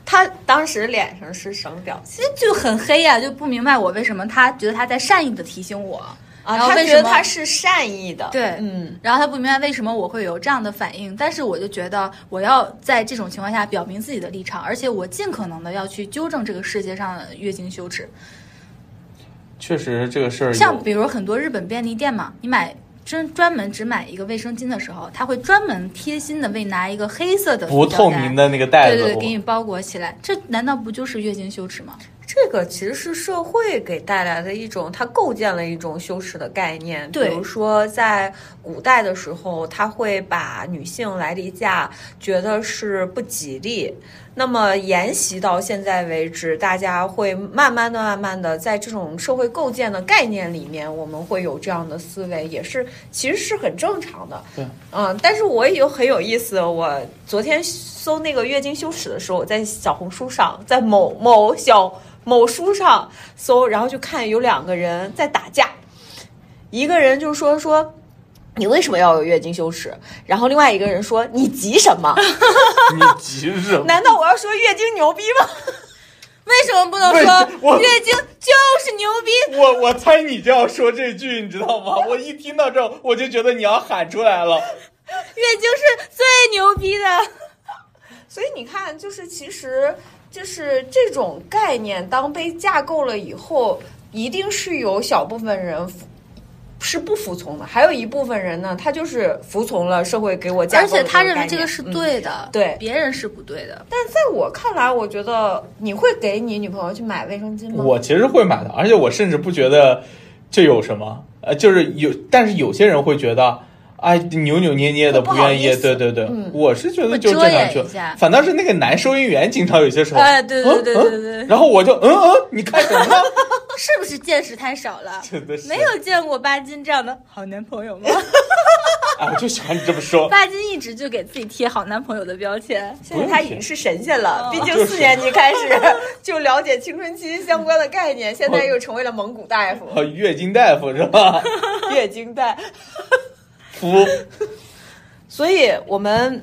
他当时脸上是什么表情？啊其实就很黑呀、就不明白我为什么她觉得她在善意的提醒我，啊，然后他为觉什得么他是善意的，对嗯，然后他不明白为什么我会有这样的反应，但是我就觉得我要在这种情况下表明自己的立场，而且我尽可能的要去纠正这个世界上的月经羞耻。确实这个事儿有像比如很多日本便利店嘛，你买专专门只买一个卫生巾的时候，他会专门贴心的为你拿一个黑色的不塑料透袋明的那个袋对子，对对，我给你包裹起来，这难道不就是月经羞耻吗？这个其实是社会给带来的一种，它构建了一种羞耻的概念。对比如说在古代的时候，他会把女性来例假觉得是不吉利。那么沿袭到现在为止，大家会慢慢的、慢慢的在这种社会构建的概念里面，我们会有这样的思维，也是其实是很正常的。对，嗯，但是我也有很有意思，我昨天搜那个月经羞耻的时候，我在小红书上，在某某小某书上搜，然后就看有两个人在打架，一个人就 [LAUGHS] 说说。你为什么要有月经羞耻？然后另外一个人说：“你急什么？ [LAUGHS] 你急什么？难道我要说月经牛逼吗？为什 [LAUGHS] 么不能为说我月经就是牛逼？我我猜你就要说这句，你知道吗？我一听到这儿，我就觉得你要喊出来了。月经是最牛逼的。 [LAUGHS] 所以你看，就是其实就是这种概念，当被架构了以后，一定是有小部分人服是不服从的，还有一部分人呢，他就是服从了社会给我架而构的且他种认为概这个念是嗯对的，对别人是不对的。但在我看来，我觉得你会给你女朋友去买卫生巾吗？我其实会买的，而且我甚至不觉得这有什么，呃，就是有，但是有些人会觉得。哎，扭扭捏捏的，不不好愿意意思。对对对，嗯我是觉得会就遮正掩常一去下，反倒是那个男收银员经常有些时候，哎对对对对对对嗯嗯然后我就嗯嗯，你看什么 [LAUGHS] 呢？是不是见识太少了？真的是没有见过巴金这样的好男朋友吗？哎，我就喜欢你这么说。巴金一直就给自己贴好男朋友的标签。现在他已经是神仙嗯了，毕竟啊就是四年级开始就了解青春期相关的概念，现在又成为了蒙古 [LAUGHS] 大夫、啊，月经大夫是吧？ [LAUGHS] 月经带。夫，所以我们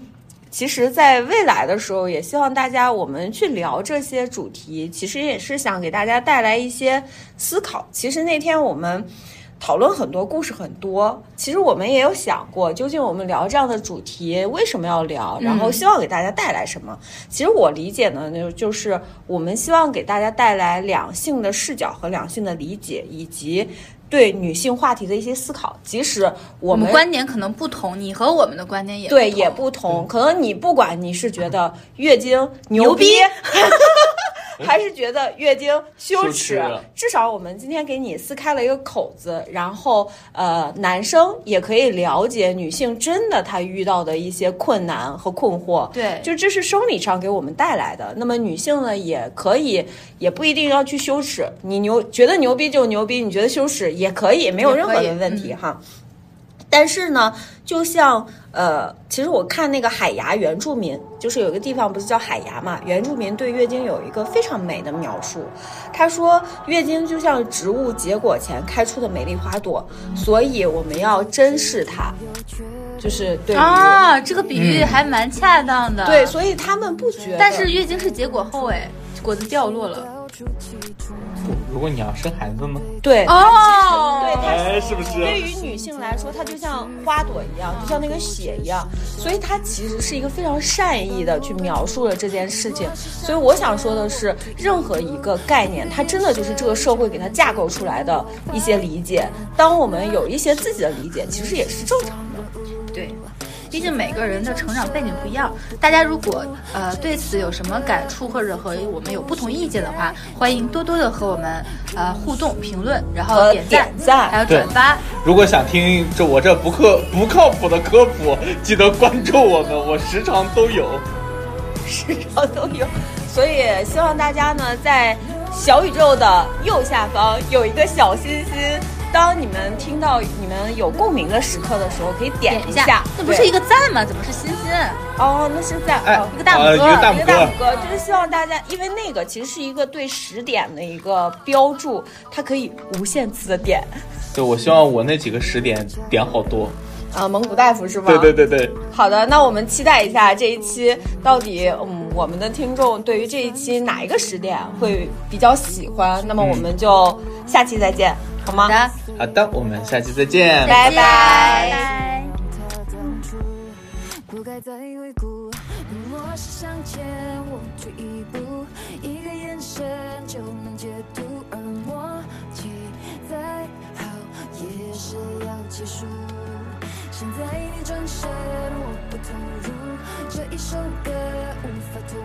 其实，在未来的时候，也希望大家我们去聊这些主题，其实也是想给大家带来一些思考。其实那天我们。讨论很多，故事很多。其实我们也有想过，究竟我们聊这样的主题为什么要聊，然后希望给大家带来什么。嗯其实我理解呢，就就是我们希望给大家带来两性的视角和两性的理解，以及对女性话题的一些思考。即使我我们们观点可能不同，你和我们的观点也对，同也不同。可能你不管你是觉得月经牛牛逼逼， [LAUGHS] 还是觉得月经羞羞耻耻，至少我们今天给你撕开了一个口子，然后呃，男生也可以了解女性真的她遇到的一些困难和困惑。对就这是生理上给我们带来的。那么女性呢，也可以，也不一定要去羞耻。你牛觉得牛逼就牛逼，你觉得羞耻也可以，没有也任何可以的问题嗯哈。但是呢，就像呃，其实我看那个海牙原住民，就是有一个地方不是叫海牙嘛，原住民对月经有一个非常美的描述。他说，月经就像植物结果前开出的美丽花朵，所以我们要珍视它，就是对于、啊，这个比喻还蛮恰当的。嗯对，所以他们不觉得。但是月经是结果后，哎，果子掉落了。如果你要生孩子呢？对哦，对它哎，是不是？对于女性来说，它就像花朵一样，就像那个血一样，所以它其实是一个非常善意的去描述了这件事情。所以我想说的是，任何一个概念，它真的就是这个社会给它架构出来的一些理解。当我们有一些自己的理解，其实也是正常的。对，毕竟每个人的成长背景不一样，大家如果呃对此有什么感触或者和我们有不同意见的话，欢迎多多的和我们呃互动、评论，然后和点赞、点赞还有对转发。如果想听这我这不靠不靠谱的科普，记得关注我们，我时常都有。 [LAUGHS] 时尚啊都有。所以希望大家呢，在小宇宙的右下方有一个小心心。当你们听到你们有共鸣的时刻的时候，可以点点一一下。下，那不是一个赞吗？怎么是心心？对哦，那是在、哎哦，一个大拇呃一哥，个大拇一哥个大拇哥，就是希望大家，因为那个其实是一个对时点的一个标注，它可以无限次的点。对，我希望我那几个十点点好多。啊、蒙古大夫是吗？对对对对，好的，那我们期待一下这一期到底，嗯，我们的听众对于这一期哪一个时点会比较喜欢？那么我们就下期再见，好吗好？的，好的，我们下期再见，拜拜拜拜。特等处，不该再回顾。如若是向前，我退一步，一个眼神就能解读，而默契再好也是要结束。现在你转身，我不投入，这一首歌无法脱